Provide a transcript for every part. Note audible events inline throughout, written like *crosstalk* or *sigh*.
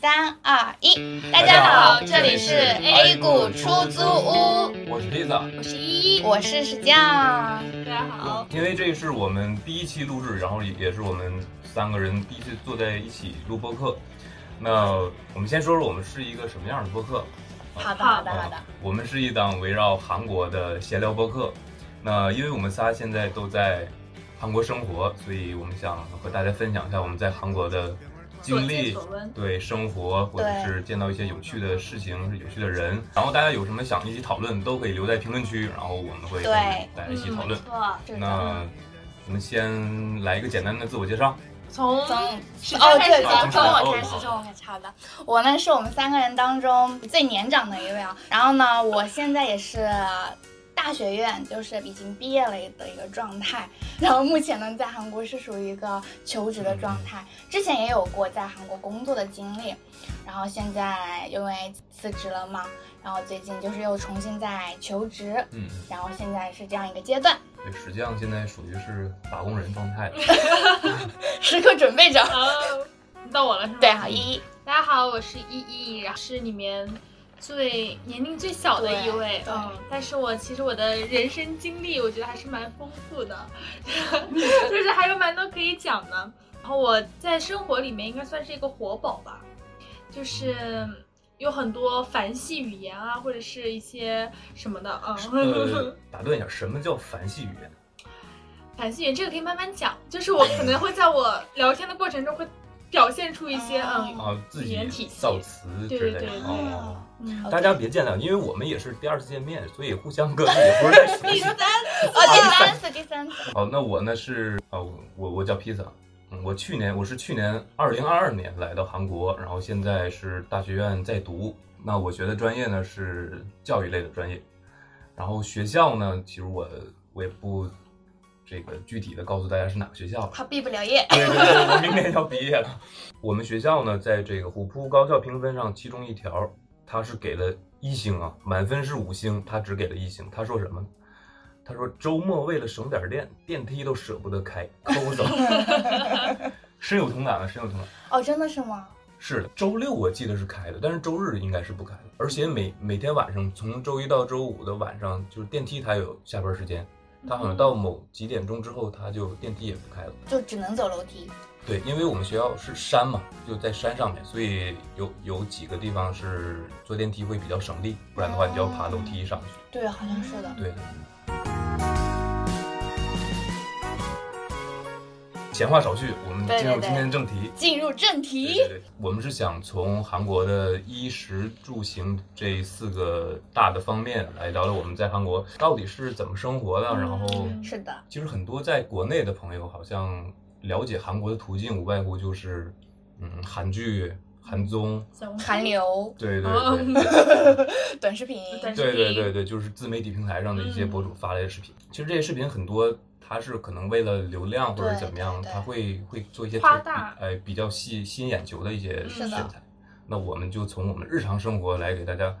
三二一，大家好，这里是 A 股出租屋，我是 Lisa，我是依依，我是石匠。大家好，因为这是我们第一期录制，然后也也是我们三个人第一次坐在一起录播客。那我们先说说我们是一个什么样的播客。好的，好的，啊好的。我们是一档围绕韩国的闲聊播客。那因为我们仨现在都在韩国生活，所以我们想和大家分享一下我们在韩国的经历所见所闻，对生活或者对是见到一些有趣的事情、有趣的人。然后大家有什么想一起讨论，都可以留在评论区，然后我们会对跟大家一起讨论嗯没。错，是的，那我们先来一个简单的自我介绍。从从时哦间开始对吧，对从我对开始，对从我开始，好的，我呢是我们三个人当中最年长的一位啊。然后呢，我现在也是大学院，就是已经毕业了的一个状态。然后目前呢，在韩国是属于一个求职的状态，之前也有过在韩国工作的经历，然后现在因为辞职了嘛，然后最近就是又重新在求职，嗯，然后现在是这样一个阶段，对，实际上现在属于是打工人状 *laughs* 态。时刻准备着。哦，你到我了是吗？对，好，依依，大家好，我是依依，然后是里面最年龄最小的一位对，对嗯，但是我其实我的人生经历，我觉得还是蛮丰富的，就是还有蛮多可以讲的。然后我在生活里面应该算是一个活宝吧，就是。有很多繁系语言啊，或者是一些什么的，嗯呃，，打断一下，什么叫繁系语言？反系语言这个可以慢慢讲，就是我可能会在我聊天的过程中会表现出一些哦嗯啊，自语己言体系造词之类对对的对。哦，嗯，大家别见谅，因为我们也是第二次见面，所以互相各自也不是太熟悉。哦，第三次，第三次，好，哦那我呢是啊，我我我叫披萨。嗯，我去年我是去年二零二二年来到韩国，然后现在是大学院在读。那我学的专业呢是教育类的专业，然后学校呢，其实我我也不这个具体的告诉大家是哪个学校了，怕毕不了业。对对对，我明年要毕业了。我们学校呢，在这个虎扑高校评分上，其中一条他是给了一星啊，满分是五星，他只给了一星。他说什么呢？他说周末为了省点电，电梯都舍不得开，抠搜。深有同感啊，深有同感。哦，真的是吗？是的，周六我记得是开的，但是周日应该是不开的。而且每每天晚上，从周一到周五的晚上，就是电梯它有下班时间，它好像到某几点钟之后，它就电梯也不开了。就只能走楼梯。对，因为我们学校是山嘛，就在山上面，所以有有几个地方是坐电梯会比较省力，不然的话你就要爬楼梯上去。对，好像是的。嗯对。闲话少叙，我们进入今天的正题。进入正对题对，对，我们是想从韩国的衣食住行这四个大的方面来聊聊我们在韩国到底是怎么生活的，然后嗯是的，其实很多在国内的朋友好像了解韩国的途径无外乎就是，嗯，韩剧、韩综，韩流、对对哦对。短视频，短视对对对频对，就是自媒体平台上的一些嗯博主发来的视频。其实这些视频很多，它是可能为了流量或者对怎么样，对对它会会做一些夸特大比呃比较吸吸引眼球的一些嗯选是的材。那我们就从我们日常生活来给大家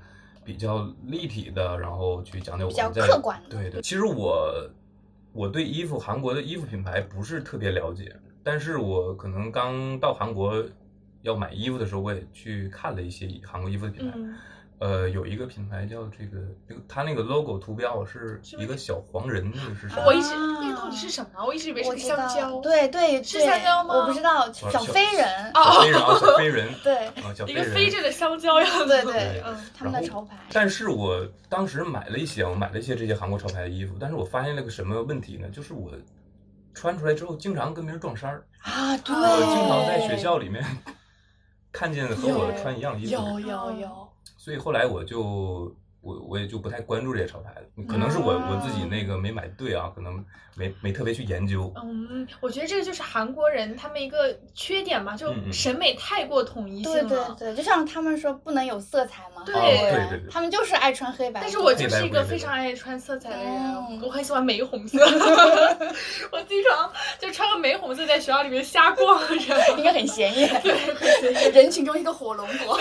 比较立体的，然后去讲解我比较们在客观的。对对，其实我我对衣服韩国的衣服品牌不是特别了解，但是我可能刚到韩国要买衣服的时候，我也去看了一些韩国衣服的品牌。嗯，呃，有一个品牌叫这个，那个它那个 logo 图标是是不一是个小黄人，那个是啥？我一啊直那个到底是什么？我一直以为是我个知道香蕉，，对对，是对香蕉吗我不知道，小啊小飞人，小哦飞人 *laughs* 啊，小飞人对啊，小飞一个人。飞着的香蕉样子。哦对对嗯，他们的然潮牌。但是我当时买了一些，我买了一些这些韩国潮牌的衣服，但是我发现了个什么问题呢？就是我穿出来之后，经常跟别人撞衫儿。啊，对，我我呃经常在学校里面 *laughs* 看见和我穿一样的衣服的人，有哦有有，所以后来我就我我也就不太关注这些潮牌了。可能是我我自己那个没买对啊，可能没没特别去研究。嗯，我觉得这个就是韩国人他们一个缺点嘛，就嗯嗯审美太过统一性对了。对对，就像他们说不能有色彩嘛，对哦对对对。他们就是爱穿黑白。但是我这就是一个非常爱穿色彩的嗯人，啊我很喜欢玫红色， *laughs* 我经常就穿个玫红色在学校里面瞎逛着。应该很显眼， *laughs* 对，人群中一个火龙果。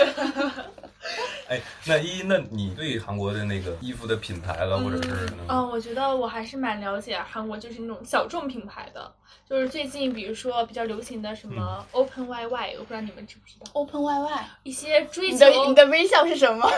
哎，那依依，那你对韩国的那个衣服的品牌了，或者是嗯那嗯、种我觉得我还是蛮了解韩国就是那种小众品牌的，就是最近比如说比较流行的什么嗯 Open YY，我不知道你们知不知道， Open YY， *laughs* 一些追你求的你的微笑是什么？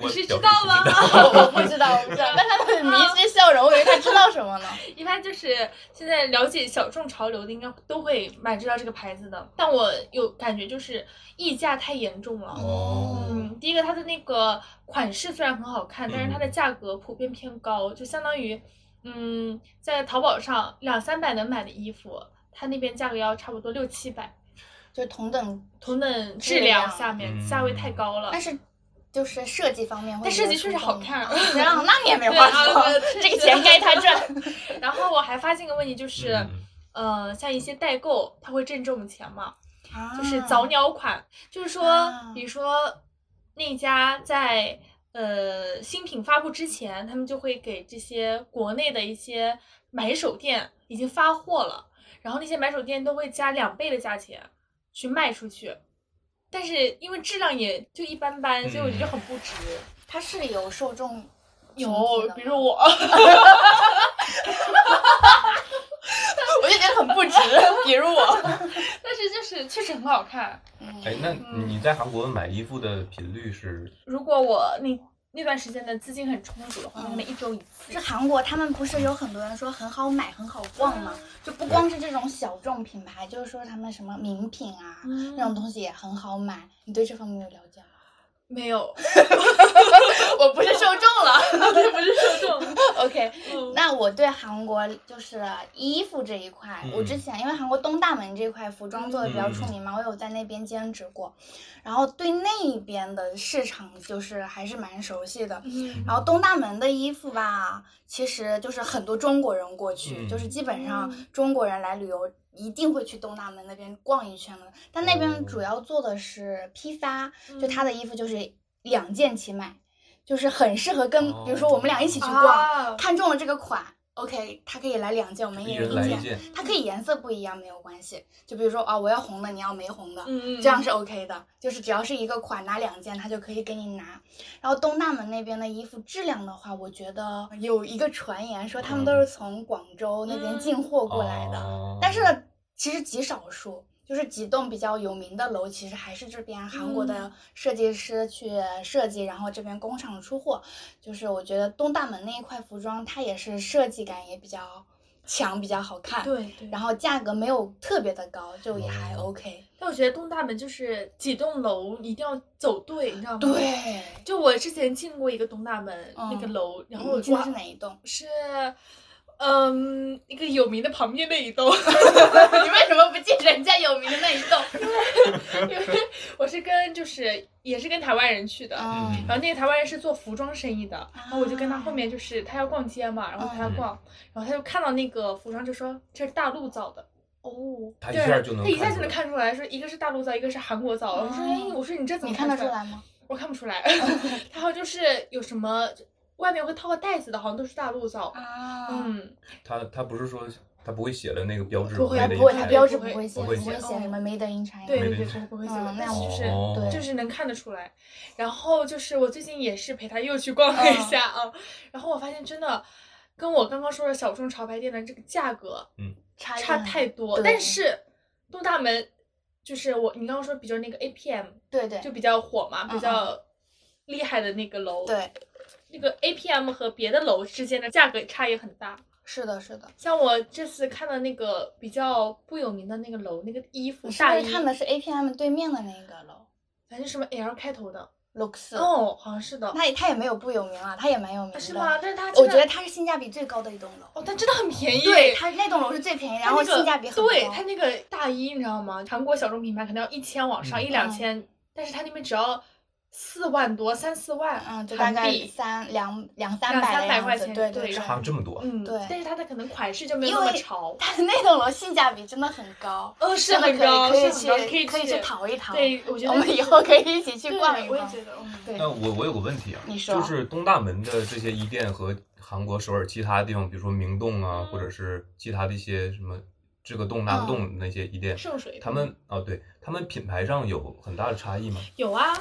我是知表示道不吗知道我不知道，我不 *laughs* 知道。但他的 *laughs* 迷之笑容，我以为他知道什么呢？一般就是现在了解小众潮流的，应该都会蛮知道这个牌子的。但我有感觉就是溢价太严重了。哦，嗯，第一个它的那个款式虽然很好看，但是嗯它的价格普遍偏高，就相当于，嗯，在淘宝上两三百能买的衣服，它那边价格要差不多六七百， *laughs* 就是同等，同等质质量量下面嗯价位太高了。但是就是设计方面会比但设较注重，计确实好看这样哦那你 *laughs* 也没话对啊说，对这个钱该他 *laughs* 赚。 *laughs* 然后我还发现个问题，就是，嗯呃，像一些代购，它会挣这种钱吗？啊就是早早鸟款，就是说，啊比如说那家在呃新品发布之前，他们就会给这些国内的一些买手店已经发货了，然后那些买手店都会加两倍的价钱去卖出去，但是因为质量也就一般般，所以我觉得嗯很不值。他是有受众群体有嗯的，比如我， *laughs* 我就觉得很不 *laughs* 值。比如我，但是就是确实很好看。嗯哎，那你在韩国买衣服的频率是？如果我那那段时间的资金很充足的话，我嗯每一周一次是。韩国，他们不是有很多人说很好买、很好逛吗？就不光是这种小众品牌，就是说他们什么名品啊，嗯那种东西也很好买。你对这方面有了解吗？没有， *laughs* 我不是受众了。这不是受众。 *laughs* OK，嗯那我对韩国就是衣服这一块，嗯我之前因为韩国东大门这一块服装做的比较出名嘛，我有在那边兼职过，然后对那一边的市场就是还是蛮熟悉的。嗯然后东大门的衣服吧，其实就是很多中国人过去，嗯就是基本上嗯中国人来旅游一定会去东大门那边逛一圈的。但那哦边主要做的是批发，就他的嗯衣服就是两件起买，就是很适合跟，比如说我们俩一起去逛，啊看中了这个款，OK，他可以来两件，我们一人人来一件，件，它可以颜色不一样没有关系。就比如说啊，我要红的，你要玫红的，嗯嗯，这样是 OK 的，就是只要是一个款拿两件，他就可以给你拿。然后东大门那边的衣服质量的话，我觉得有一个传言说他们嗯都是从广州那边进货过来的，嗯哦但是呢，其实极少数，就是几栋比较有名的楼，其实还是这边韩国的嗯设计师去设计，然后这边工厂出货。就是我觉得东大门那一块服装，它也是设计感也比较强，比较好看。对对。然后价格没有特别的高，就也还哦 OK。但我觉得东大门就是几栋楼你一定要走对，你知道吗？。对，就我之前进过一个东大门嗯那个楼，然后你我进的是哪一栋？ *laughs* 是嗯，一个有名的旁边那一栋，你为什么不进 *laughs* 人家有名的那一栋？ *laughs* 因为我是跟就是也是跟台湾人去的，嗯，然后那个台湾人是做服装生意的，然后我就跟啊他后面就是他要逛街嘛，然后他要嗯逛，然后他就看到那个服装就说这是大陆造的，哦，他一对，下就能，他一下就能，看出来，说一个是大陆造，一个是韩国造。我说，哎，我说你这怎啊么你看得出出？来吗？我看不出来。 *laughs* 然后就是有什么外面会套个袋子的，好像都是大陆造。啊嗯，他他不是说他不会写了那个标志，不会那它个不会，一它排标志不不会会写，不不会会写写什么 Made in China。对没对得对，选不会写嗯的，但是就是。哦对就是能看得出来，然后就是我最近也是陪他又去逛了一嗯下啊，然后我发现真的跟我刚刚说的小众潮牌店的这个价格差差太多，对但是东大门就是我你刚刚说比较那个 APM 对对就比较火嘛，嗯比较厉害的那个楼，，对，那个 APM 和别的楼之间的价格差异很大。是的，是的。像我这次看的那个比较不有名的那个楼，那个衣服我大上衣次，看的是 APM 对面的那个楼反正什么 L 开头的， ，Look 四，哦，好像是的，它也它也没有不有名啊，它也蛮有名的。是吗？？但是它真我的觉得它是性价比最高的一栋楼。哦，但真的很便宜，对，它那栋楼是最便宜，它然后那个性价比很高。对它那个大衣，你知道吗？韩国小众品牌可能要一千往上，嗯一两千，但是它那边只要四万多，三四万，嗯，就大韩概币，三两两两三百三的百样块子钱对对对。*laughs* 差这么多，嗯，对但是它的可能款式就没有那因么为潮，它那栋楼性价比真的很高，哦， *laughs* 是真的很可高，以可以是很高，可去以可以去去。淘一淘。，对，我觉得我们就以是后可以一起去对逛一我也逛。觉得，嗯对那我我有个问题啊，你说就是东大门的这些衣店和韩国首尔其他地方，比如说明洞啊，嗯或者是其他的一些什么这个洞那嗯个洞那些衣店， *laughs* 圣水哦他们啊，对他们品牌上有很大的差异吗？有啊，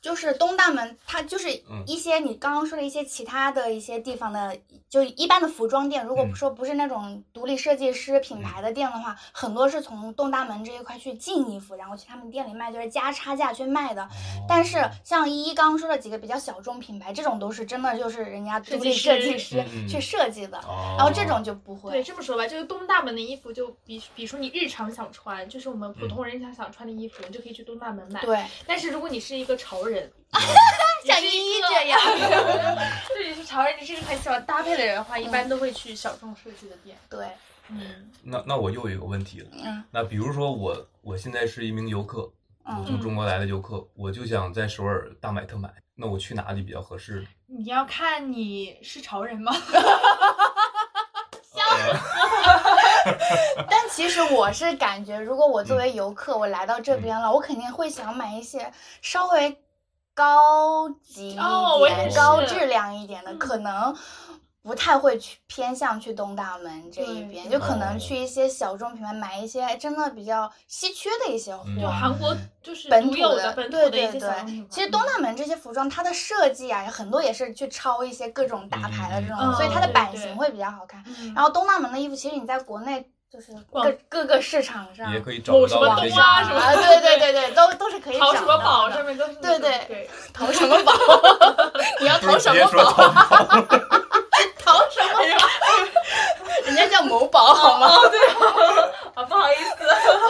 就是东大门，它就是嗯一些你刚刚说的一些其他的一些地方的，就一般的服装店，如果嗯说不是那种独立设计师品牌的店的话，很多是从东大门这一块去进衣服，然后去他们店里卖，就是加差价去卖的。但是哦像依依刚刚说的几个比较小众品牌，这种都是真的就是人家独立设设计计师师嗯嗯去设计的，然然后这种就 *laughs* 不会。对，这么说吧，就是东大门的衣服，就比比如说你日常想穿，就是我们普通人想想穿的衣服，你就可以去东大门买。嗯对，但是如果你是一个潮 *laughs* 人，像你是依依个 *laughs* 这样，对，你是潮人，你是一个很喜欢搭配的人的嗯话，一般都会去小众设计的店。对，嗯，那那我又有一个问题了，嗯那比如说我我现在是一名游客，我嗯从中国来的游客，我就想在首尔大买特买，那我去哪里比较合适？你要看你是潮人吗？ *laughs* 但其实我是感觉，如果我作为游客，我来到这边了，我肯定会想买一些稍微高级一哦我也点、是高质量一点的，嗯可能不太会去偏向去东大门这一边，就对可能哦去一些小众品牌买一些真的比较稀缺的一些货。嗯就韩国就是本独土有的本土对的一对些对小众品牌。，其实东大门这些服装，它的设计啊，很多也是去抄一些各种大牌的这种，嗯所以它的嗯版哦对型对会比较好看。嗯，然后东大门的衣服，其实你在国内就是逛各各个市场上呃也可以找得到某一些什么东啊什么啊，对对对对，都都是可以淘找嗯什么到宝的上面都是对对对，淘什么宝？你要不是淘直什接么说宝？淘 *laughs* 宝，淘什么哎宝？ *laughs* 人家叫某哦宝好吗 *laughs* 啊不好意思，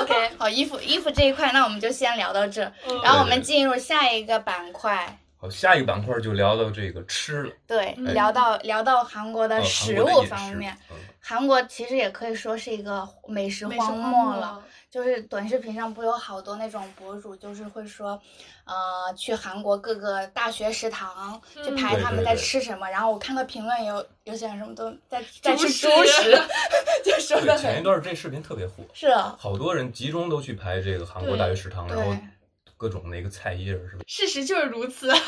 ？OK，好，衣服衣服这一块，那我们就先聊到这，嗯然后我对对们对进入下一个板块。好，下一个板块就聊到这个吃了，对，嗯聊到聊到韩国的呃食韩国物的饮方食面， *laughs* 嗯韩国其实也可以说是一个美食美食荒漠漠了。， *laughs* 就是短视频上不有好多那种博主，就是会说，呃，去韩国各个大学食堂、去嗯拍对他对们在对吃什么，然后我看到评论有有些人什么都在在吃食猪食， *laughs* 就说的对，前一很段这视频特别火，是啊，好多人集中都去拍这个韩国对大学食堂，对然后各种那个菜叶儿是吧？事实就是如 *laughs* 此，就是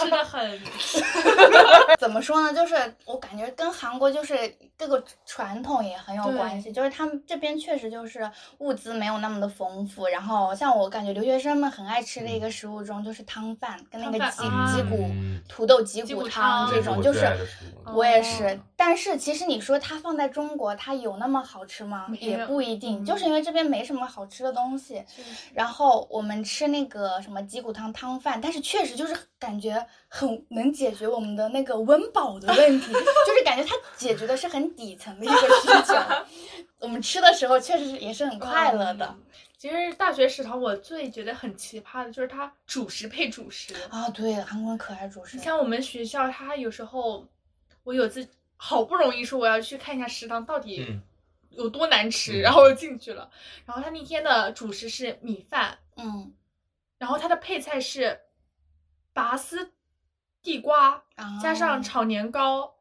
吃的很 *laughs* 怎么说呢？就是我感觉跟韩国就是这个传统也很有对关系，就是他们这边确实就是物资没有那么的丰富，然后像我感觉留学生们很爱吃的一个食物中就是汤饭跟那个汤鸡饭啊鸡骨。嗯土豆鸡鸡骨骨汤汤这是种，我就最是爱的食物我也哦是，但是其实你说它放在中国，它有那么好吃吗？没也有不一定，嗯就是因为这边没什么好吃的东西。然后我们吃那个什么鸡骨汤汤饭，但是确实就是感觉很能解决我们的那个温饱的问 *laughs* 题，就是感觉它解决的是很底层的一个需求。 *laughs* 我们吃的时候确实是也是很快乐的。嗯其实大学食堂我最觉得很奇葩的就是它主食配主食，啊，对，韩国人可爱主食嗯你，像我们学校，它有时候我有次好不容易说我要去看一下食堂到底嗯有多难吃，嗯然后我就进去了，然后它那天的主食是米饭，嗯然后它的配菜是拔丝地瓜，啊，加上炒年糕，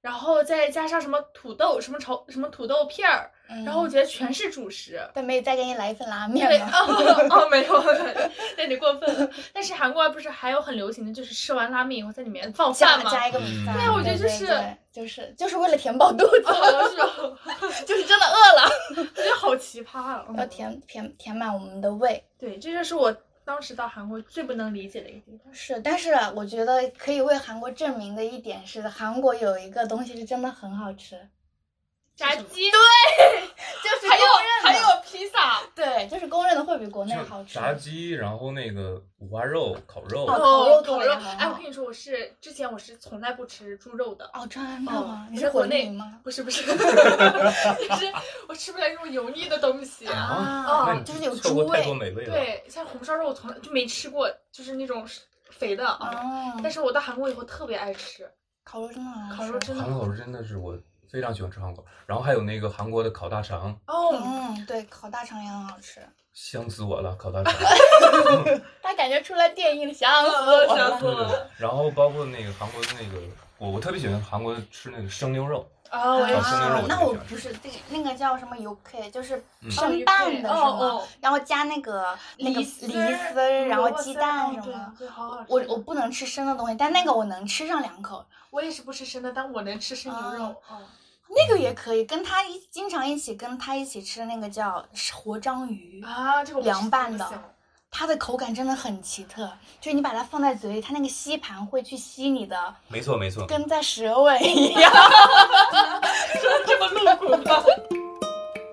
然后再加上什么土豆，什么炒什么土豆片儿，嗯，然后我觉得全是主食。但没有再给你来一份拉面对，吗？哦 *laughs* 哦，没有，那有点过分了。但是韩国不是还有很流行的，就是吃完拉面以后在里面放加饭吗？加一个米饭，嗯对我觉得就是对就是就是为了填饱肚子， *laughs* *laughs* 哦，是哦， *laughs* 就是真的饿了， *laughs* 哦我觉得好奇葩啊！要嗯，填填填满我们的胃。对，这就是我当时到韩国最不能理解的一个地方。是，但是啊我觉得可以为韩国证明的一点是，韩国有一个东西是真的很好吃，炸鸡，就是还有公还认的，有披萨，对，就是公认的会比国内就好吃。炸鸡，然后那个五花肉、烤肉，哦哦烤肉烤烤肉肉也很。哎，好我跟你说，我是之前我是从来不吃猪肉的。 *laughs* 哦，真的哦吗？，你我是在国回内民吗？？不是不是， *laughs* 就是我吃不了那种油腻的东西。啊，哦那你就是有错过猪太味多美味了。对，像红烧肉我从来就没吃过，就是那种肥的。啊哦，但是我到韩国以后特别爱吃烤肉真的很好烤肉，吃真的韩国真的是我非常喜欢吃韩国，然后还有那个韩国的烤大肠，哦，嗯，对，烤大肠也很好吃。香死我了，烤 *laughs* 大肠。他感觉出了电影，想 *laughs* 死呃哦我想了。死我了！然后包括那个韩国的那个，我我特别喜欢韩国的吃那个生牛肉，啊，我也烤生牛肉是我。哦那特别我喜欢不是这个那个叫什么 UK，就是嗯生拌的是吗？哦哦然后加那个那个梨梨丝丝儿，嗯然后萝卜鸡丝儿蛋哦什对么。对好好吃我我不能吃生的东西，但那个我能吃上两口，我也是不吃生的，但我能吃生牛肉。嗯哦，那个也嗯可以。跟他一经常一起跟他一起吃的那个叫活章鱼，啊，这个我凉拌的不行它的口感真的很奇特，就是你把它放在嘴里，它那个吸盘会去吸你的，没错没错，跟在舌哦吻一样。这么露骨吗？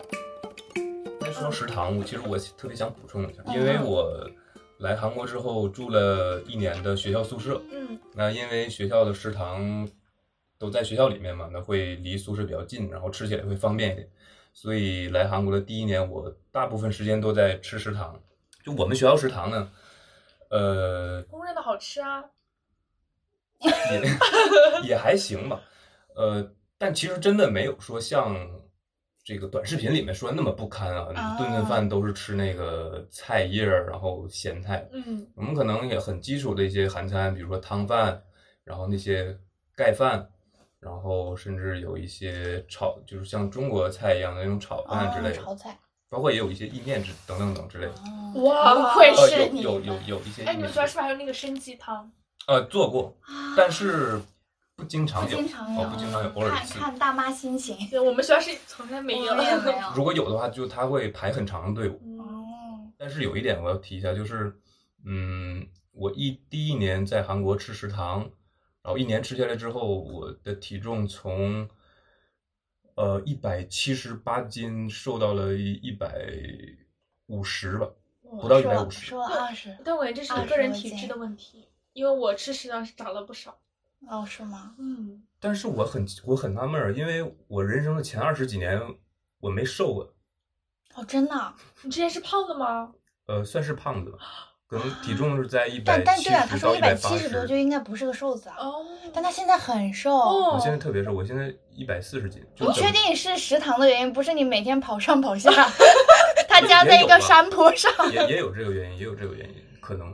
*laughs* 再说食堂，我其实我特别想补充一下，因为我来韩国之后住了一年的学校宿舍，嗯那因为学校的食堂都在学校里面嘛，那会离宿舍比较近，然后吃起来会方便一点。所以来韩国的第一年，我大部分时间都在吃食堂。就我们学校食堂呢，呃，公认的好吃啊。也也还行吧，呃，但其实真的没有说像这个短视频里面说的那么不堪啊，啊顿顿饭都是吃那个菜叶儿，然后咸菜。嗯我们可能也很基础的一些韩餐，比如说汤饭，然后那些盖饭，然后甚至有一些炒，就是像中国菜一样的那种炒饭啊之类的，哦炒菜。嗯包括也有一些意面之等等等之类的。哇哦不愧呃，哦是有你。有有有一些意哎，你面们之学校类是不是还有那个参鸡汤？的，呃，做过，但是不经常啊不有，经常有，哦，不经常有，偶尔看一次。看大妈心情。对，我们学校是从来没有哦我。们也没有。如果有的话，就他会排很长的队伍。嗯哦，但是有一点我要提一下，就是，嗯，我一第一年在韩国吃食堂，然后一年吃下来之后，我的体重从，呃，一百七十八斤瘦到了一百五十吧，不到一说百五了十。说了二十。但我觉得这是啊个人是我体质姐的问题，因为我吃食堂是长了不少。哦，是吗？嗯，但是我很我很纳闷儿，因为我人生的前二十几年我没瘦过，哦，真的啊。你之前是胖的吗？呃，算是胖子吧，可能体重是在一但百但七对啊，他十说到一一百百八七十多就应该不是个瘦子啊，哦，但他现在很瘦。哦我现在特别瘦，我现在一百四十斤。就你整确定是食堂的原因，不是你每天跑上跑 *laughs* 下？他家在一个山坡上。也也有这个原因，也有这个原因，可能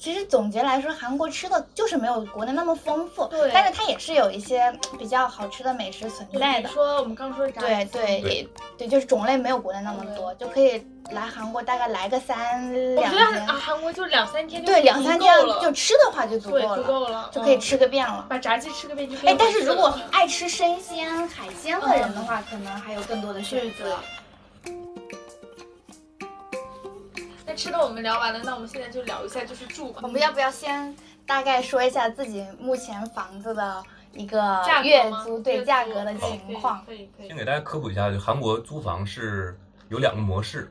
其实总结来说，韩国吃的就是没有国内那么丰富，对但是它也是有一些比较好吃的美食存在对，你的。说我们刚说的炸对鸡对对也对，就是种类没有国内那么多，就可以来韩国大概来个三我两觉得啊，天，韩国就两三天就对，足两三够天了就吃的话就足对够足了，够了，就可以嗯吃个遍了。把炸鸡吃个遍就可以哎回去了。，但嗯是如果爱吃生鲜海鲜的人的话，可能还有更多的选是择的。那吃的我们聊完了，那我们现在就聊一下就是住嗯吧。我们要不要先大概说一下自己目前房子的一个价格月吗租月对租哦价格的可以可以情况？可以可以先。给大家科普一下，就韩国租房是有两个模式，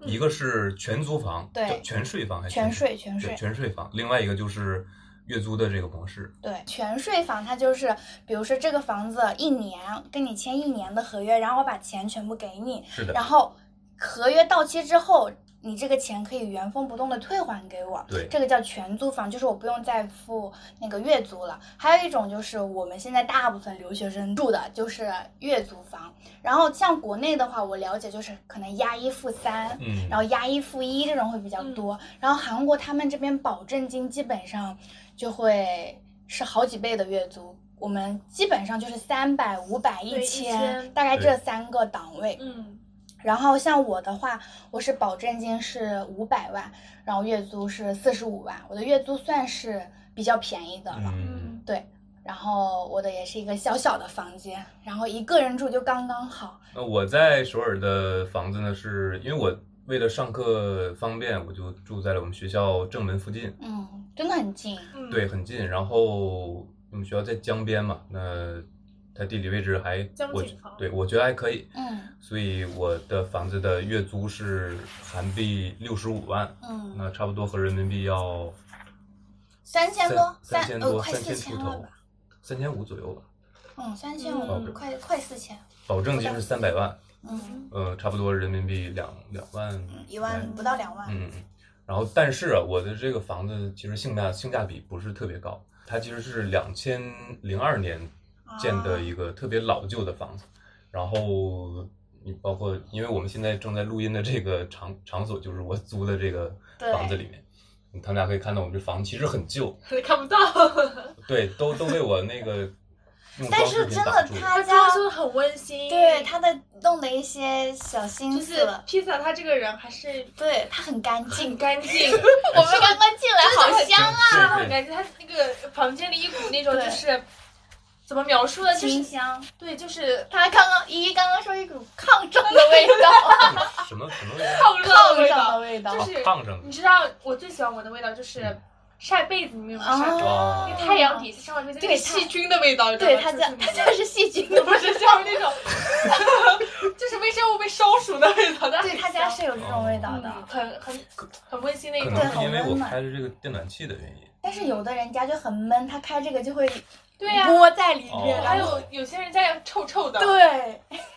嗯一个是全租房，对叫全税房还是全税全对税全税房，另外一个就是月租的这个模式。对全税房，它就是比如说这个房子一年跟你签一年的合约，然后我把钱全部给你，是的，然后合约到期之后，你这个钱可以原封不动的退还给我。对这个叫全租房，就是我不用再付那个月租了。还有一种就是我们现在大部分留学生住的就是月租房。然后像国内的话，我了解就是可能押一付三。嗯然，后押一付一这种会比较多，然后韩国他们这边保证金基本上就会是好几倍的月租，我们基本上就是三百、五百、一对千， 1000大概这对三个档位。嗯，然后像我的话，我是保证金是五百万，然后月租是四十五万，我的月租算是比较便宜的了。嗯，嗯，对，然后我的也是一个小小的房间，然后一个人住就刚刚好。那我在首尔的房子呢，是因为我为了上课方便，我就住在了我们学校正门附近。嗯，真的很近。嗯对，，很近。然后我们学校在江边嘛，那它地理位置还江我景觉房对我觉得还可以，嗯所以我的房子的月租是韩币六十五万，嗯，那差不多合人民币要三千多，三千呃多，快三四千千出了头吧？，三千五左右吧。嗯，三千嗯五，快快四千。保证金是三百万，嗯，呃，差不多人民币两两万，一万不到两万。嗯，然后但是啊，我的这个房子其实性价性价比不是特别高，它其实是两千零二年建的一个特别老旧的房子，然后你包括因为我们现在正在录音的这个场场所就是我租的这个对房子里面，他们俩可以看到我们这房子其实很旧，看不到，对，都都被我那个用但装是饰真品的挡住了。他家他装修的很温馨。对他的弄的一些小心就思是，披萨，他这个人还是对他很干净很。干 *laughs* 净，我们刚刚进来，好香！啊他很干净。他那个房间里一股那种对就是怎么描述呢？就清是香。对，就是他刚刚依依刚刚说一股抗争的味道， *laughs* 嗯什么什么啊泡热的抗味争的道。味道，就是烫上你知道我最喜欢闻的味道就是晒被子里面有晒被子，啊因为太阳底下晒完被子，哦对那个它细菌的味道，你 *laughs* 知道对吗他就家是他就是细 *laughs* 菌， *laughs* 不是就是那种， *laughs* 就是微生物被烧熟的味道。但对他家是有这种味道的嗯，。很很很温馨的一可种。能对是因为好我温暖开的这个电暖气的原因。但是有的人家就很闷，他开这个就会对呀、窝在里面，哦还然后有有些人家也臭臭的，对哦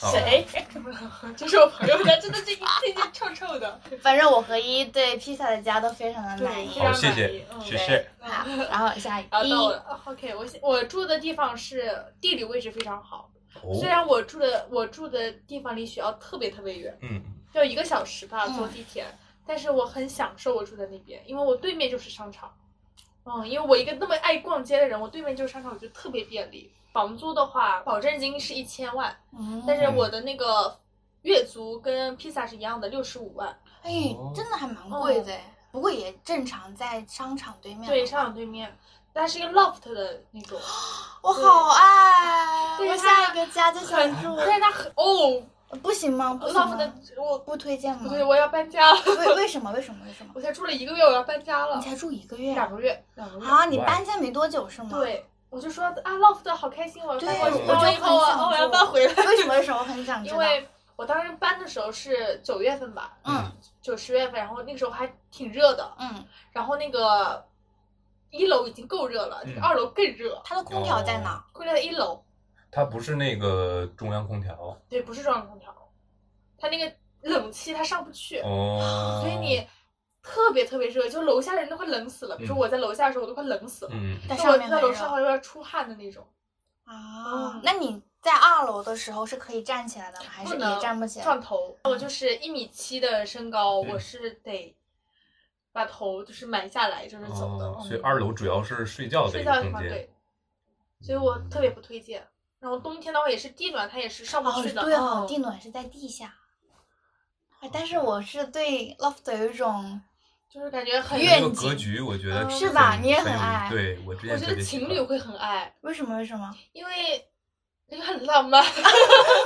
好谁？ *laughs* 就是我朋友家真的是一进去臭臭 *laughs* 的。 *laughs* 反正我和依对披萨的家都非常的满对意非。常好，谢满谢意，嗯谢谢。好，然后 *laughs* 下一然后啊到我依，了，OK，我我住的地方是地理位置非常好，虽哦，然我住的我住的地方离学校特别特别远，嗯，要一个小时吧嗯坐地铁，但是我很享受我住在那边，因为我对面就是商场。嗯，因为我一个那么爱逛街的人，我对面就是商场，我觉得特别便利。房租的话，保证金是一千万，嗯但是我的那个月租跟披萨是一样的，六十五万。哎，真的还蛮贵的，不过也正常，在商场哦对面。哦对，商场对面，它是一个 loft 的那种，我好爱，对我它下一个家就想住，但是它很哦不行吗？不行，loft 的吗？我不推荐不吗？对，我要搬家了，为为什么？为什么？为什么？我才住了一个月，我要搬家你了，才住一个月两个月，两个月。啊？你搬家没多久是吗？，对，我就说啊，loft 好开心，我要对，搬我过去，就搬完以很后啊，想哦我要搬回来住。，为什么？为什么？我很想知因道。为我当时搬的时候是九月份吧，嗯九十月份，然后那个时候还挺热的，嗯，然后那个一楼已经够热了，这个嗯二楼更热，它的空调在哪？贵在一楼，它不是那个中央空调对，不是中央空调，它那个冷气它上不去，哦，啊所以你特别特别热，就楼下人都快冷死了。比如说嗯我在楼下的时候，我都快冷死了，嗯，在就我上面在很楼热上有点出汗的那种，啊。那你在二楼的时候是可以站起来的吗？还不是啊能也站不起来？撞头。我就是一米七的身高，嗯我是得把头就是埋下来，就是走的。哦，嗯所以二楼主要是睡觉的睡一觉个的地空方间嗯对，所以我特别不推荐。然后冬天的话也是地暖，它也是上不哦，去的。对哦嗯，地暖是在地下。哎，但是我是对 loft 有一种，就是感觉很越那个远景格局我觉得嗯是吧很你也很有爱对我之我前觉特得别喜情欢侣会很爱，为什么？为什么？因为因为很浪 *laughs* 漫。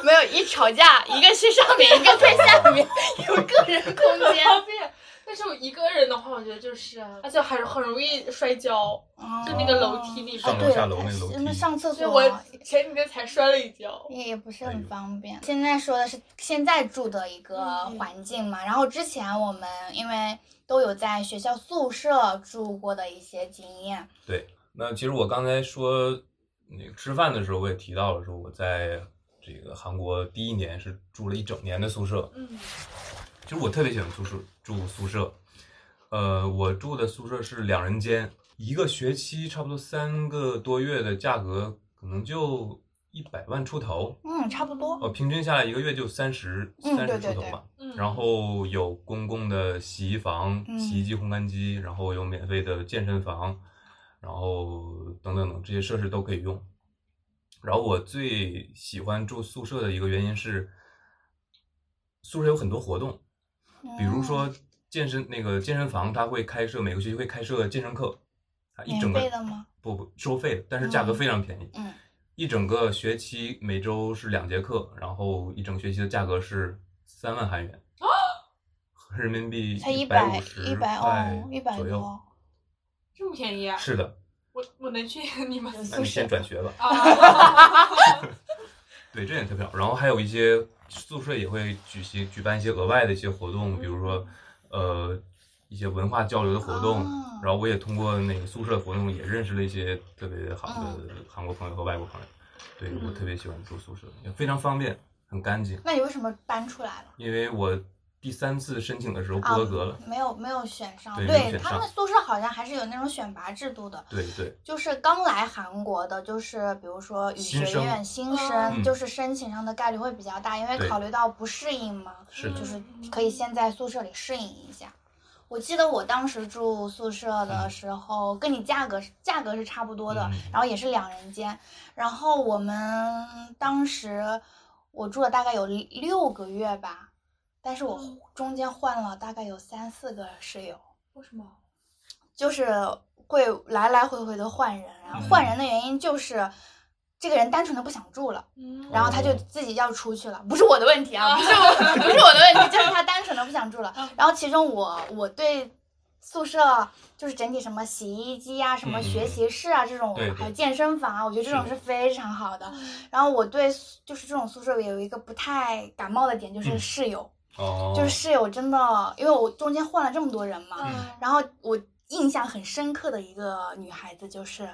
没有一吵架，一个去上面，一个在下面，有个人空间。方便。 *laughs* 但是我一个人的话，我觉得就是，而且还是很容易摔跤， *laughs* 就那个楼梯里哦上边。楼对下楼那个楼那梯上厕所以所我前几天才摔了一跤。也也不是哎很呦方便。现在说的是现在住的一个嗯嗯环境嘛，然后之前我们因为都有在学校宿舍住过的一些经验，对，那其实我刚才说那个吃饭的时候，我也提到了，说我在这个韩国第一年是住了一整年的宿舍。嗯，其实我特别喜欢宿舍住宿舍，呃，我住的宿舍是两人间，一个学期差不多三个多月的价格，可能就一百万出头，嗯，差不多。呃，平均下来一个月就三十嗯三对十出对头对吧。嗯然后有公共的洗衣房、嗯洗衣机、烘干机，然后有免费的健身房，然后等等等这些设施都可以用。然后我最喜欢住宿舍的一个原因是，宿舍有很多活动，比嗯如说健身那个健身房，它会开设每个学期会开设健身课，它一免整个费的吗？不不收费的，但是价格嗯非常便宜。嗯，一整个学期每周是两节课，然后一整学期的价格是三万韩元，合人民币哦才一百百五十一百哦，一百左右。多。这么便宜啊！是的，我我能去 *laughs* 你们那你先转学吧。啊？对，这点特别好。然后还有一些宿舍也会举行举办一些额外的一些活动，比如说呃一些文化交流的活动。啊然后我也通过那个宿舍活动也认识了一些特别好的嗯韩国朋友和外国朋友。对我嗯特别喜欢住宿舍，也非常方便，很干净。那你为什么搬出来了？因为我第三次申请的时候不啊合格了。没有没有选上，对没有选他上们宿舍好像还是有那种选拔制度的，对对，就是刚来韩国的，就是比如说语学新生院新嗯生，就是申请上的概率会比较大，因为对考虑到不适应嘛，是的就，是嗯可以先在宿舍里适应一下。我记得我当时住宿舍的时候，跟你价格是价格是差不多的嗯，然后也是两人间，然后我们当时我住了大概有六个月吧，但是我嗯中间换了大概有三四个室友。为什么？就是会来来回回的换人，然嗯后换人的原因就是这个人单纯的不想住了，嗯然后他就哦自己要出去了，不是我的问题啊，不是我 *laughs* 不是我的问题，就是他单纯的不想住了嗯。 *laughs* 然后其中我我对宿舍就是整体什么洗衣机啊、什么嗯嗯学嗯习室啊这种对，对还有健身房啊，我觉得这种是嗯是非常好的。然后我对宿就是这种宿舍有一个不太感冒的点，就是嗯室友，哦，就是室友真的，因为我中间换了这么多人嘛，嗯然后我印象很深刻的一个女孩子，就是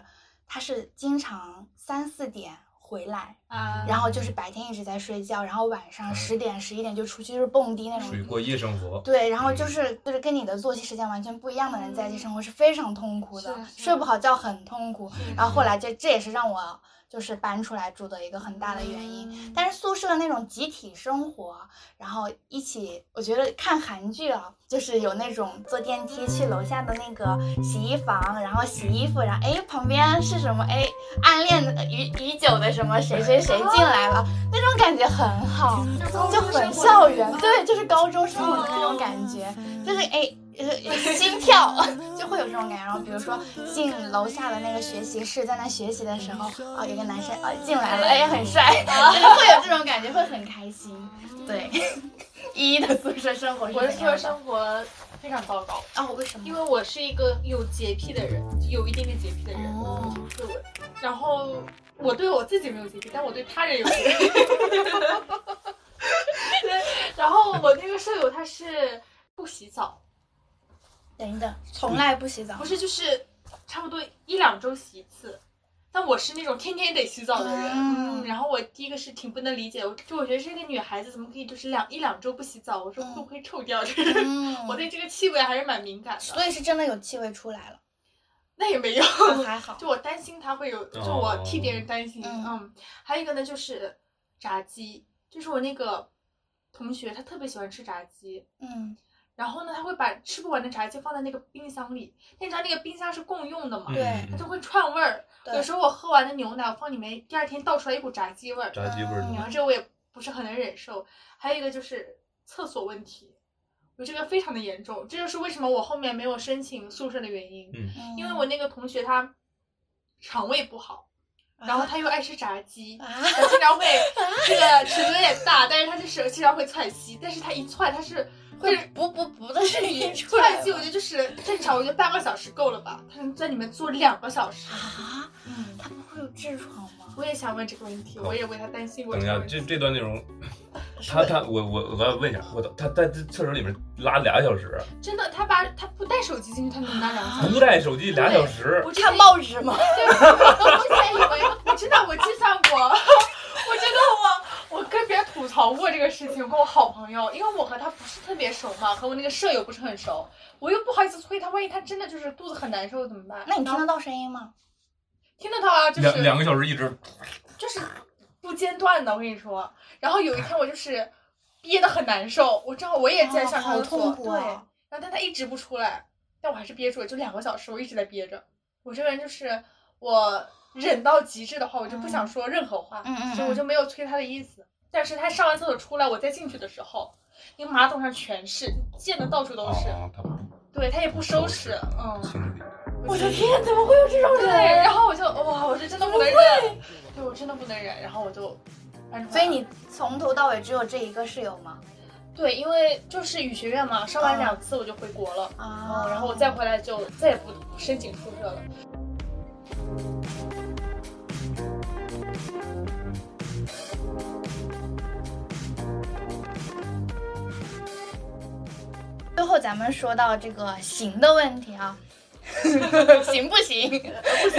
她是经常三四点回来，啊然后就是白天一直在睡觉，然后晚上嗯十点十一点就出去就是蹦迪那属于种。过夜生活。对，然后就嗯是就是跟你的作息时间完全不一样的人在一起生活是非常痛苦的，是是睡不好觉很痛苦。是然后后来这这也是让我就是搬出来住的一个很大的原因。因但是宿舍的那种集体生活，然后一起，我觉得看韩剧啊，就是有那种坐电梯去楼下的那个洗衣房，然后洗衣服，然后哎旁边是什么哎暗恋的已已久的什么谁谁谁进来了，那种感觉很好，就很校园，对，就是高中生活的那种感觉，就是哎。呃心跳 *laughs* 就会有这种感觉，然后比如说进楼下的那个学习室，在那学习的时候，哦，有个男生哦进来了，哎，很帅， *laughs* 就是会有这种感觉，会很开心。 *laughs* 对，一一的宿舍生活是我的怎宿样舍的生活非常糟糕，哦，为什么？因为我是一个有洁癖的人，有一定的洁癖的人。嗯哦，对，然后我对我自己没有洁癖，但我对他人有 *laughs* 洁癖。对，然后我那个舍友他是不洗澡，等一等，从来不洗澡不。是就是差不多一两周洗一次，但我是那种天天得洗澡的人。嗯嗯，然后我第一个是挺不能理解，我就我觉得这个女孩子怎么可以就是两一两周不洗澡？我说嗯会不会臭掉？这个 *laughs* 人，嗯，我对这个气味还是蛮敏感的。所以是真的有气味出来了，那也没 *laughs* 有，哦还好。就我担心他会有，就我哦替别人担心。嗯嗯还有一个呢就是炸鸡，就是我那个同学他特别喜欢吃炸鸡，嗯然后呢他会把吃不完的炸鸡放在那个冰箱里，但你知道那个冰箱是共用的嘛，对它嗯，就会串味儿。对有时候我喝完的牛奶我放里面，第二天倒出来一股炸鸡味儿，炸鸡味儿嗯然的，后这我也不是很能忍受。还有一个就是厕所问题，我这个非常的严重，这就是为什么我后面没有申请宿舍的原因。嗯，嗯因为我那个同学他肠胃不好，然后他又爱吃炸鸡，啊，他经 *laughs* 常会这个尺寸有点大，但是他的手经常会窜稀，但是他一窜他 *laughs* 是会不不不的声音出窜来稀，我觉得就是正常，我觉得半个小时够了吧，他能在里面坐两个小时。啊，嗯，他不会有痔疮吗？我也想问这个问题，我也为他担心过等一这个下，问这题。这段内 *laughs* 容，他他我我我要问一下，我操，他在这厕所里面拉俩小时，真的，他把他不带手机进去，他能拿两个小时。不带手机俩小时，我之看前报纸吗？对，我之前以为我知道我计算过， *laughs* 我真的我我跟别人吐槽过这个事情，我跟我好朋友，因为我和他不是特别熟嘛，和我那个舍友不是很熟，我又不好意思催他，万一他真的就是肚子很难受怎么办？那你然听后得到声音吗？听得到啊，就两是两个小时一直，就是哎不间断的，我跟你说。然后有一天我就是憋得很难受，我正好我也在上啊厕好所，痛苦对，啊然后但他一直不出来，但我还是憋住了，就两个小时，我一直在憋着。我这个人就是我忍到极致的话，我就不想说任何话，嗯嗯嗯所以我就没有催他的意思。但是他上完厕所出来，我再进去的时候，那个马桶上全是，溅的到处都是，哦，他不对他也不收拾，嗯。清理，我的天，怎么会有这种对，人？然后我就哇，我是真的不能忍，对我真的不能忍，然后我就搬出来了。所以你从头到尾只有这一个室友吗？对，因为就是语学院嘛，上完两次我就回国了，啊哦然后我再回来就再也不申请宿舍了。最后咱们说到这个行的问题啊，行不行？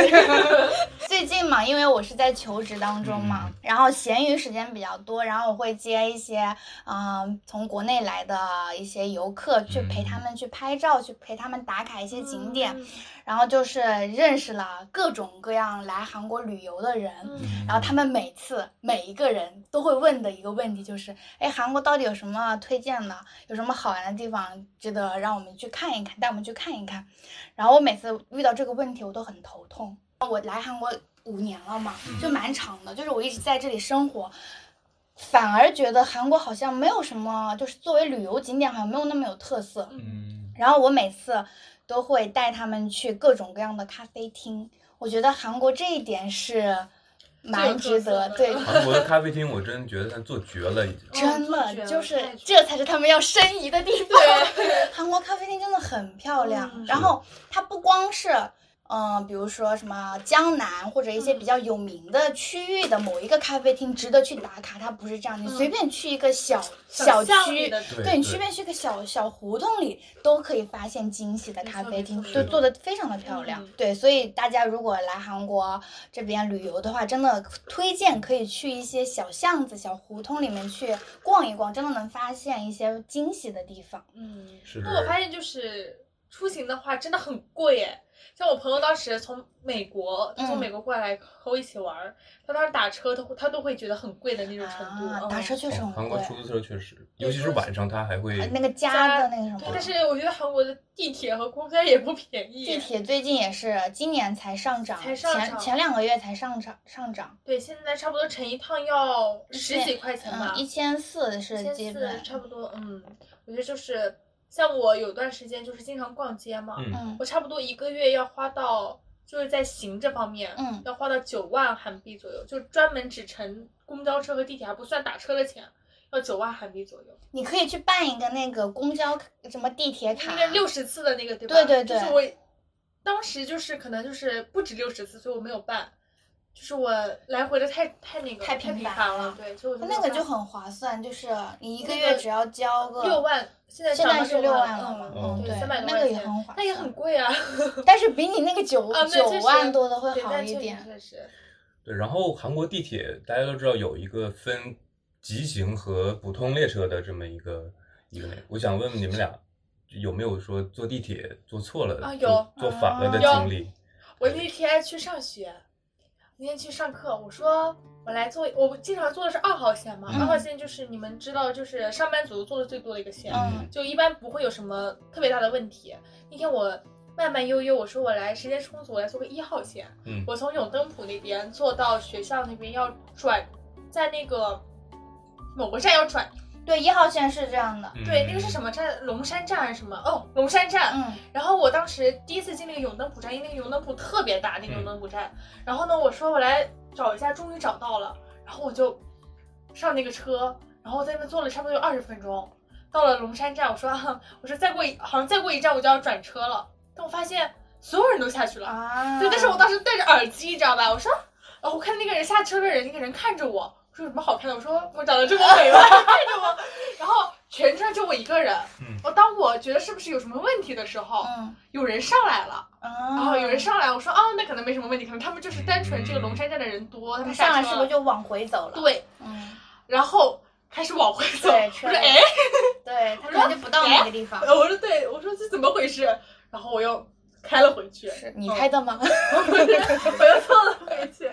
*laughs* 最近嘛，因为我是在求职当中嘛，嗯然后闲余时间比较多，然后我会接一些嗯、从国内来的一些游客，去陪他们去拍照，去陪他们打卡一些景点，嗯然后就是认识了各种各样来韩国旅游的人。嗯，然后他们每次每一个人都会问的一个问题就是，哎，韩国到底有什么推荐的？有什么好玩的地方值得让我们去看一看，带我们去看一看？然后我每次遇到这个问题，我都很头痛。我来韩国五年了嘛，就蛮长的，就是我一直在这里生活。反而觉得韩国好像没有什么，就是作为旅游景点好像没有那么有特色。嗯，然后我每次都会带他们去各种各样的咖啡厅。我觉得韩国这一点是蛮最有值特色得，的对，韩国的咖啡厅，我真觉得他做绝了，已经。真哦的就就是是太绝这才是他们要申遗的地方。 *laughs* 韩国咖啡厅真的很漂亮，嗯然后它不光是。嗯，比如说什么江南或者一嗯些比较有名的区域的某一个咖啡厅值得去打卡，它不是这样，你随便去一个小小嗯巷区里，的对对你随便去个小小胡同里，都可以发现精细的没咖错啡没厅，错就是做的非常的漂亮。嗯对，所以大家如果来韩国这边旅游的话，真的推荐可以去一些小巷子、小胡同里面去逛一逛，真的能发现一些惊喜的地方。嗯，是不过我发现就是出行的话真的很贵耶。像我朋友当时从美国，他从嗯美国过来和我一起玩儿，他当时打车，他会他都会觉得很贵的那种程度。啊嗯，打车确实哦很韩贵国，出租车确实，尤其是晚上，它还会呃那个加的那个什但么。是我觉得韩国的地铁和公交也不便宜。地铁最近也是，今年才上涨，才上前涨前两个月才上涨上涨，对，现在差不多乘一趟要十现几块钱吧嗯，，一千四是啊千基四本，差不多。嗯，我觉得就是像我有段时间就是经常逛街嘛，嗯，嗯我差不多一个月要花到就是在行这方面，嗯要花到九万韩币左右，就专门只乘公交车和地铁，还不算打车的钱，要九万韩币左右，你可以去办一个那个公交什么地铁卡，那个六十次的那个对吧？对对就是我当时就是可能就是不止六十次，所以我没有办。就是我来回的太太那个太频频繁繁了对，所以我就没那有个办就很划算，就是你一个那月个只要交个六，万，现在现涨在到是六六万万了嗯嘛，嗯嗯，对对，三百多那块个也钱很划算，那也很 *laughs* 贵啊。但是比你那个九啊，九对，确实万多的会对好但一确实点，确实，对。然后韩国地铁大家都知道有一个分急行和普通列车的这么一个一个那个，我想问问你们俩有没有说坐地铁坐错了啊坐有坐反了的啊经历？我那天去上学，那天去上课，我说我来坐，我经常坐的是二号线嘛，嗯二号线就是你们知道，就是上班族坐的最多的一个线，嗯就一般不会有什么特别大的问题。那天我慢慢悠悠，我说我来时间充足，我来坐个一号线，嗯我从永登浦那边坐到学校那边要转，在那个某个站要转对，一号线是这样的，嗯对，那个是什么站？龙山站还是什么？哦，龙山站。嗯，然后我当时第一次进那个永登浦站，因为那个永登浦特别大，那个永登浦站。然后呢，我说我来找一下，终于找到了。然后我就上那个车，然后在那边坐了差不多有二十分钟，到了龙山站，我说哼我说再过一好像再过一站我就要转车了，但我发现所有人都下去了。啊，对，但是我当时戴着耳机，你知道吧？我说，哦，我看那个人下车的人，那个人看着我，我说有什么好看的？我说我长得这么美吗？ *laughs* 他看着我，然后全车就我一个人。嗯我当我觉得是不是有什么问题的时候，嗯，有人上来了，啊，然后有人上来，我说哦，那可能没什么问题，可能他们就是单纯这个龙山站的人多，他们上来车是不是就往回走了？，对，嗯，然后开始往回走。对我说车哎，对，他可我能说就不到那个地方，我说对，我说这怎么回事？然后我又开了回去，嗯是你开的吗？ *laughs* 我又坐了回去。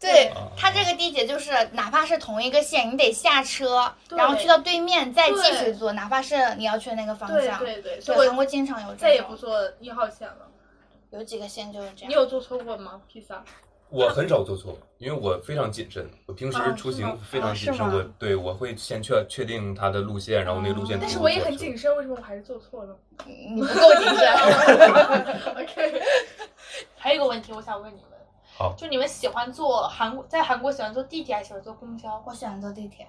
对啊，它这个地铁就是，哪怕是同一个线，你得下车，对然后去到对面再继对续坐，哪怕是你要去的那个方对向。对对，所以对，我韩国经常有再这也不种，坐一号线了。有几个线就是这你样。有坐错过吗？披萨？嗯我很少做错，因为我非常谨慎。我平时啊出是行吗啊非常啊谨是慎，吗我对我会先确确定它的路线，然后那个路线哦不会嗯但是坐我车。也很谨慎，为什么我还是坐错了你不够谨 *laughs* 慎。 ？OK。还有一个问题，我想问你们，好就你们喜欢坐韩国，在韩国喜欢坐地铁还是喜欢坐公交？我喜欢坐地铁，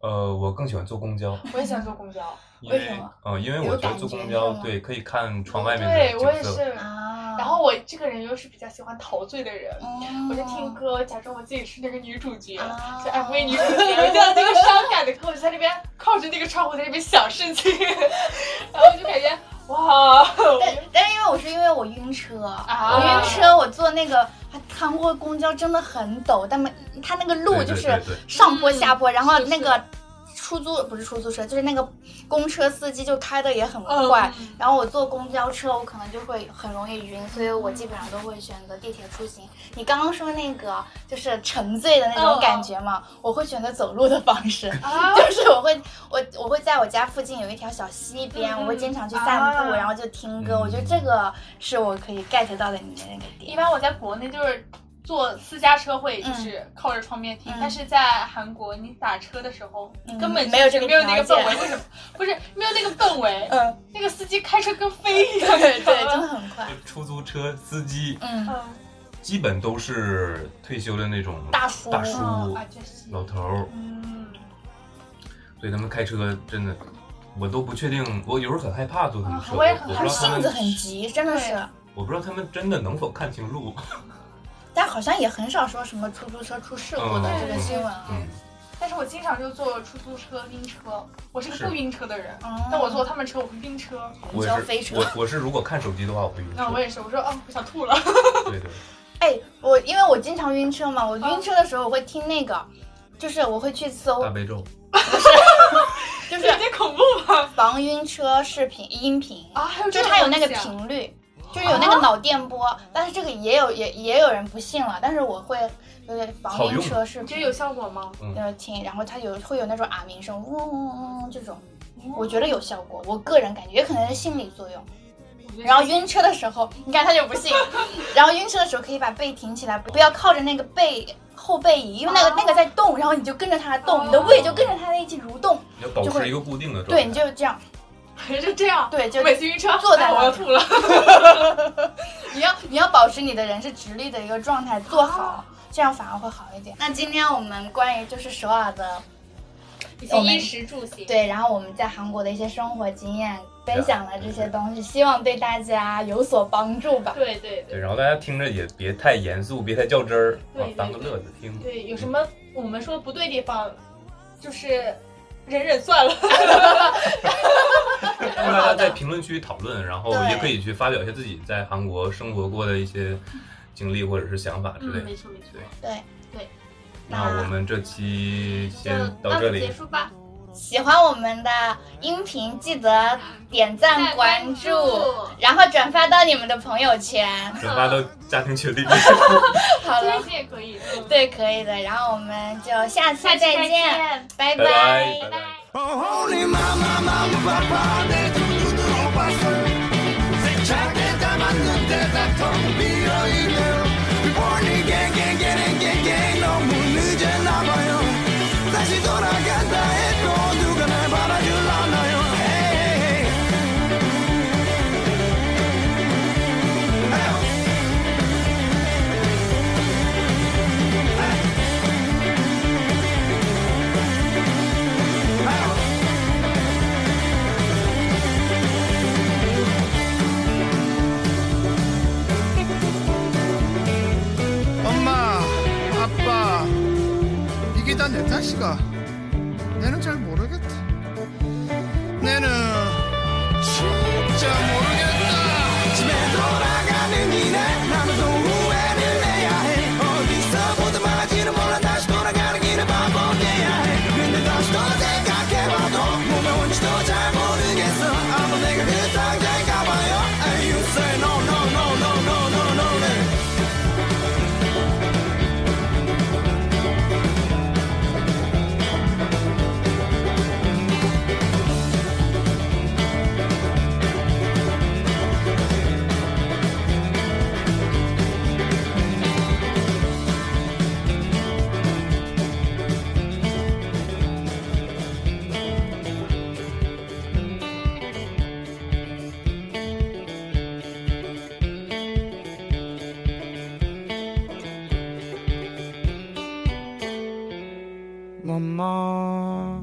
呃，我更喜欢坐公交，我也喜欢坐公交。因为为什么呃，因为有我觉得感坐觉公是交吗对可以看窗外面的对，景色。我也是。啊然后我这个人又是比较喜欢陶醉的人。嗯我就听歌，假装我自己是那个女主角，啊就 MV 女主角，我就在那个伤感的，我就在那边靠着那个窗户在那边想事情， *laughs* 然后我就感觉哇，哦但但是因为我是因为我晕车，啊我晕车，我坐那个韩国公交真的很陡，但没它那个路对就对是对对上坡下坡，然后嗯是是那个出租不是出租车，就是那个公车司机就开的也很嗯快，然后我坐公交车我可能就会很容易晕，所以我基本上都会选择地铁出行。你刚刚说那个就是沉醉的那哦种感觉嘛，我会选择走路的方式。*laughs* 啊，就是我会，我我会在我家附近有一条小溪边，嗯我会经常去散步，啊然后就听歌。嗯我觉得这个是我可以 get 到的你的那个一点。般我在国内就是坐私家车会就是靠着窗边听，嗯但是在韩国你打车的时候、嗯根本就没有这个没有那个条氛件围，为什么？不是没有那个氛围， *laughs* 嗯，那个司机开车跟飞一样，对你知道对，真吗的很快，出租车司机嗯，嗯，基本都是退休的那种大叔，大叔嗯啊，就是，老头儿，嗯，所以他们开车真的，我都不确定，我有时候很害怕坐他们车，啊我我也我很不他知们性道他子们，很急，真的是对，我不知道他们真的能否看清路。但好像也很少说什么出租车出事故的嗯这个新闻啊。嗯，但是我经常就坐出租车晕车，我是个是不晕车的人，哦但我坐他们车我会晕车，我你知道也飞是，车我我是如果看手机的话，我会晕车。那我也是，我说哦，我想吐了，对对，哎，我因为我经常晕车嘛，我嗯晕车的时候我会听那个，就是我会去搜大，悲咒，就 *laughs* 有是点恐怖吧？防晕车视频音频，啊，还有就这是啊种它有那个东西啊频率，就是有那个脑电波，但是这个也有也也有人不信了，但是我会就是防好晕用车视你觉得频，有效果吗？就是听，然后它有会有那种啊鸣声，嗡嗡嗡嗡这种，我觉得有效果，我个人感觉也可能是心理作用。嗯然后晕车的时候，你看他就不 *laughs* 信。然后晕车的时候可以把背挺起来，不要靠着那个背后背椅，因为那个、哦那个在动，然后你就跟着它动，哦你的胃就跟着它一起蠕动。要保就会持一个固定的状态。对，你就这样，还 *laughs* 是这样，对，就我每次晕车坐在哎那我儿要吐了，你要你要保持你的人是直立的一个状态，坐好，这样反而会好一点。啊那今天我们关于就是首尔的一我们些衣食住行，对，然后我们在韩国的一些生活经验分享了这些东西，希望对大家有所帮助吧。对对对，对然后大家听着也别太严肃，别太较真儿，对啊对，当个乐子听。对，有什么我们说不对地方，就是忍忍算了。欢迎大家在评论区讨论，然后对也可以去发表一下自己在韩国生活过的一些经历或者是想法之类的。嗯错没错对对，那我们这期先到这里，束吧，喜欢我们的音频，记得点赞关注，然后转发到你们的朋友圈。转发到家庭 *laughs* 群里。 *laughs* 好开了，心也可以。嗯，对，可以的。然后我们就下次下再期再见，见，拜拜拜拜拜拜。 Oh, holy mama, mama, papa, 내 두두두 봤어. 세차게 담았는데 다텅 비어있네요. Born again, again, again, again, again. 너무 늦었나봐요. 다시 돌아간다 해도 누가 날 받아줄라나요? Hey, hey, hey. Hey. 엄마, 아빠, 이게 다 내 탓이가. 내는 잘 모르겠다. 내는 진짜 모르겠다. 집에 돌아가는 이내 남도 후회를 해야 해 어디서 보든 말할지는 몰라 다시 돌아가는 길을 반복해야 해 근데 다시 또 생각해봐도 뭐가 뭔지도 잘 모르겠어 아마 내가 그 당장인가봐요 And you say no no no no no no no no 엄마.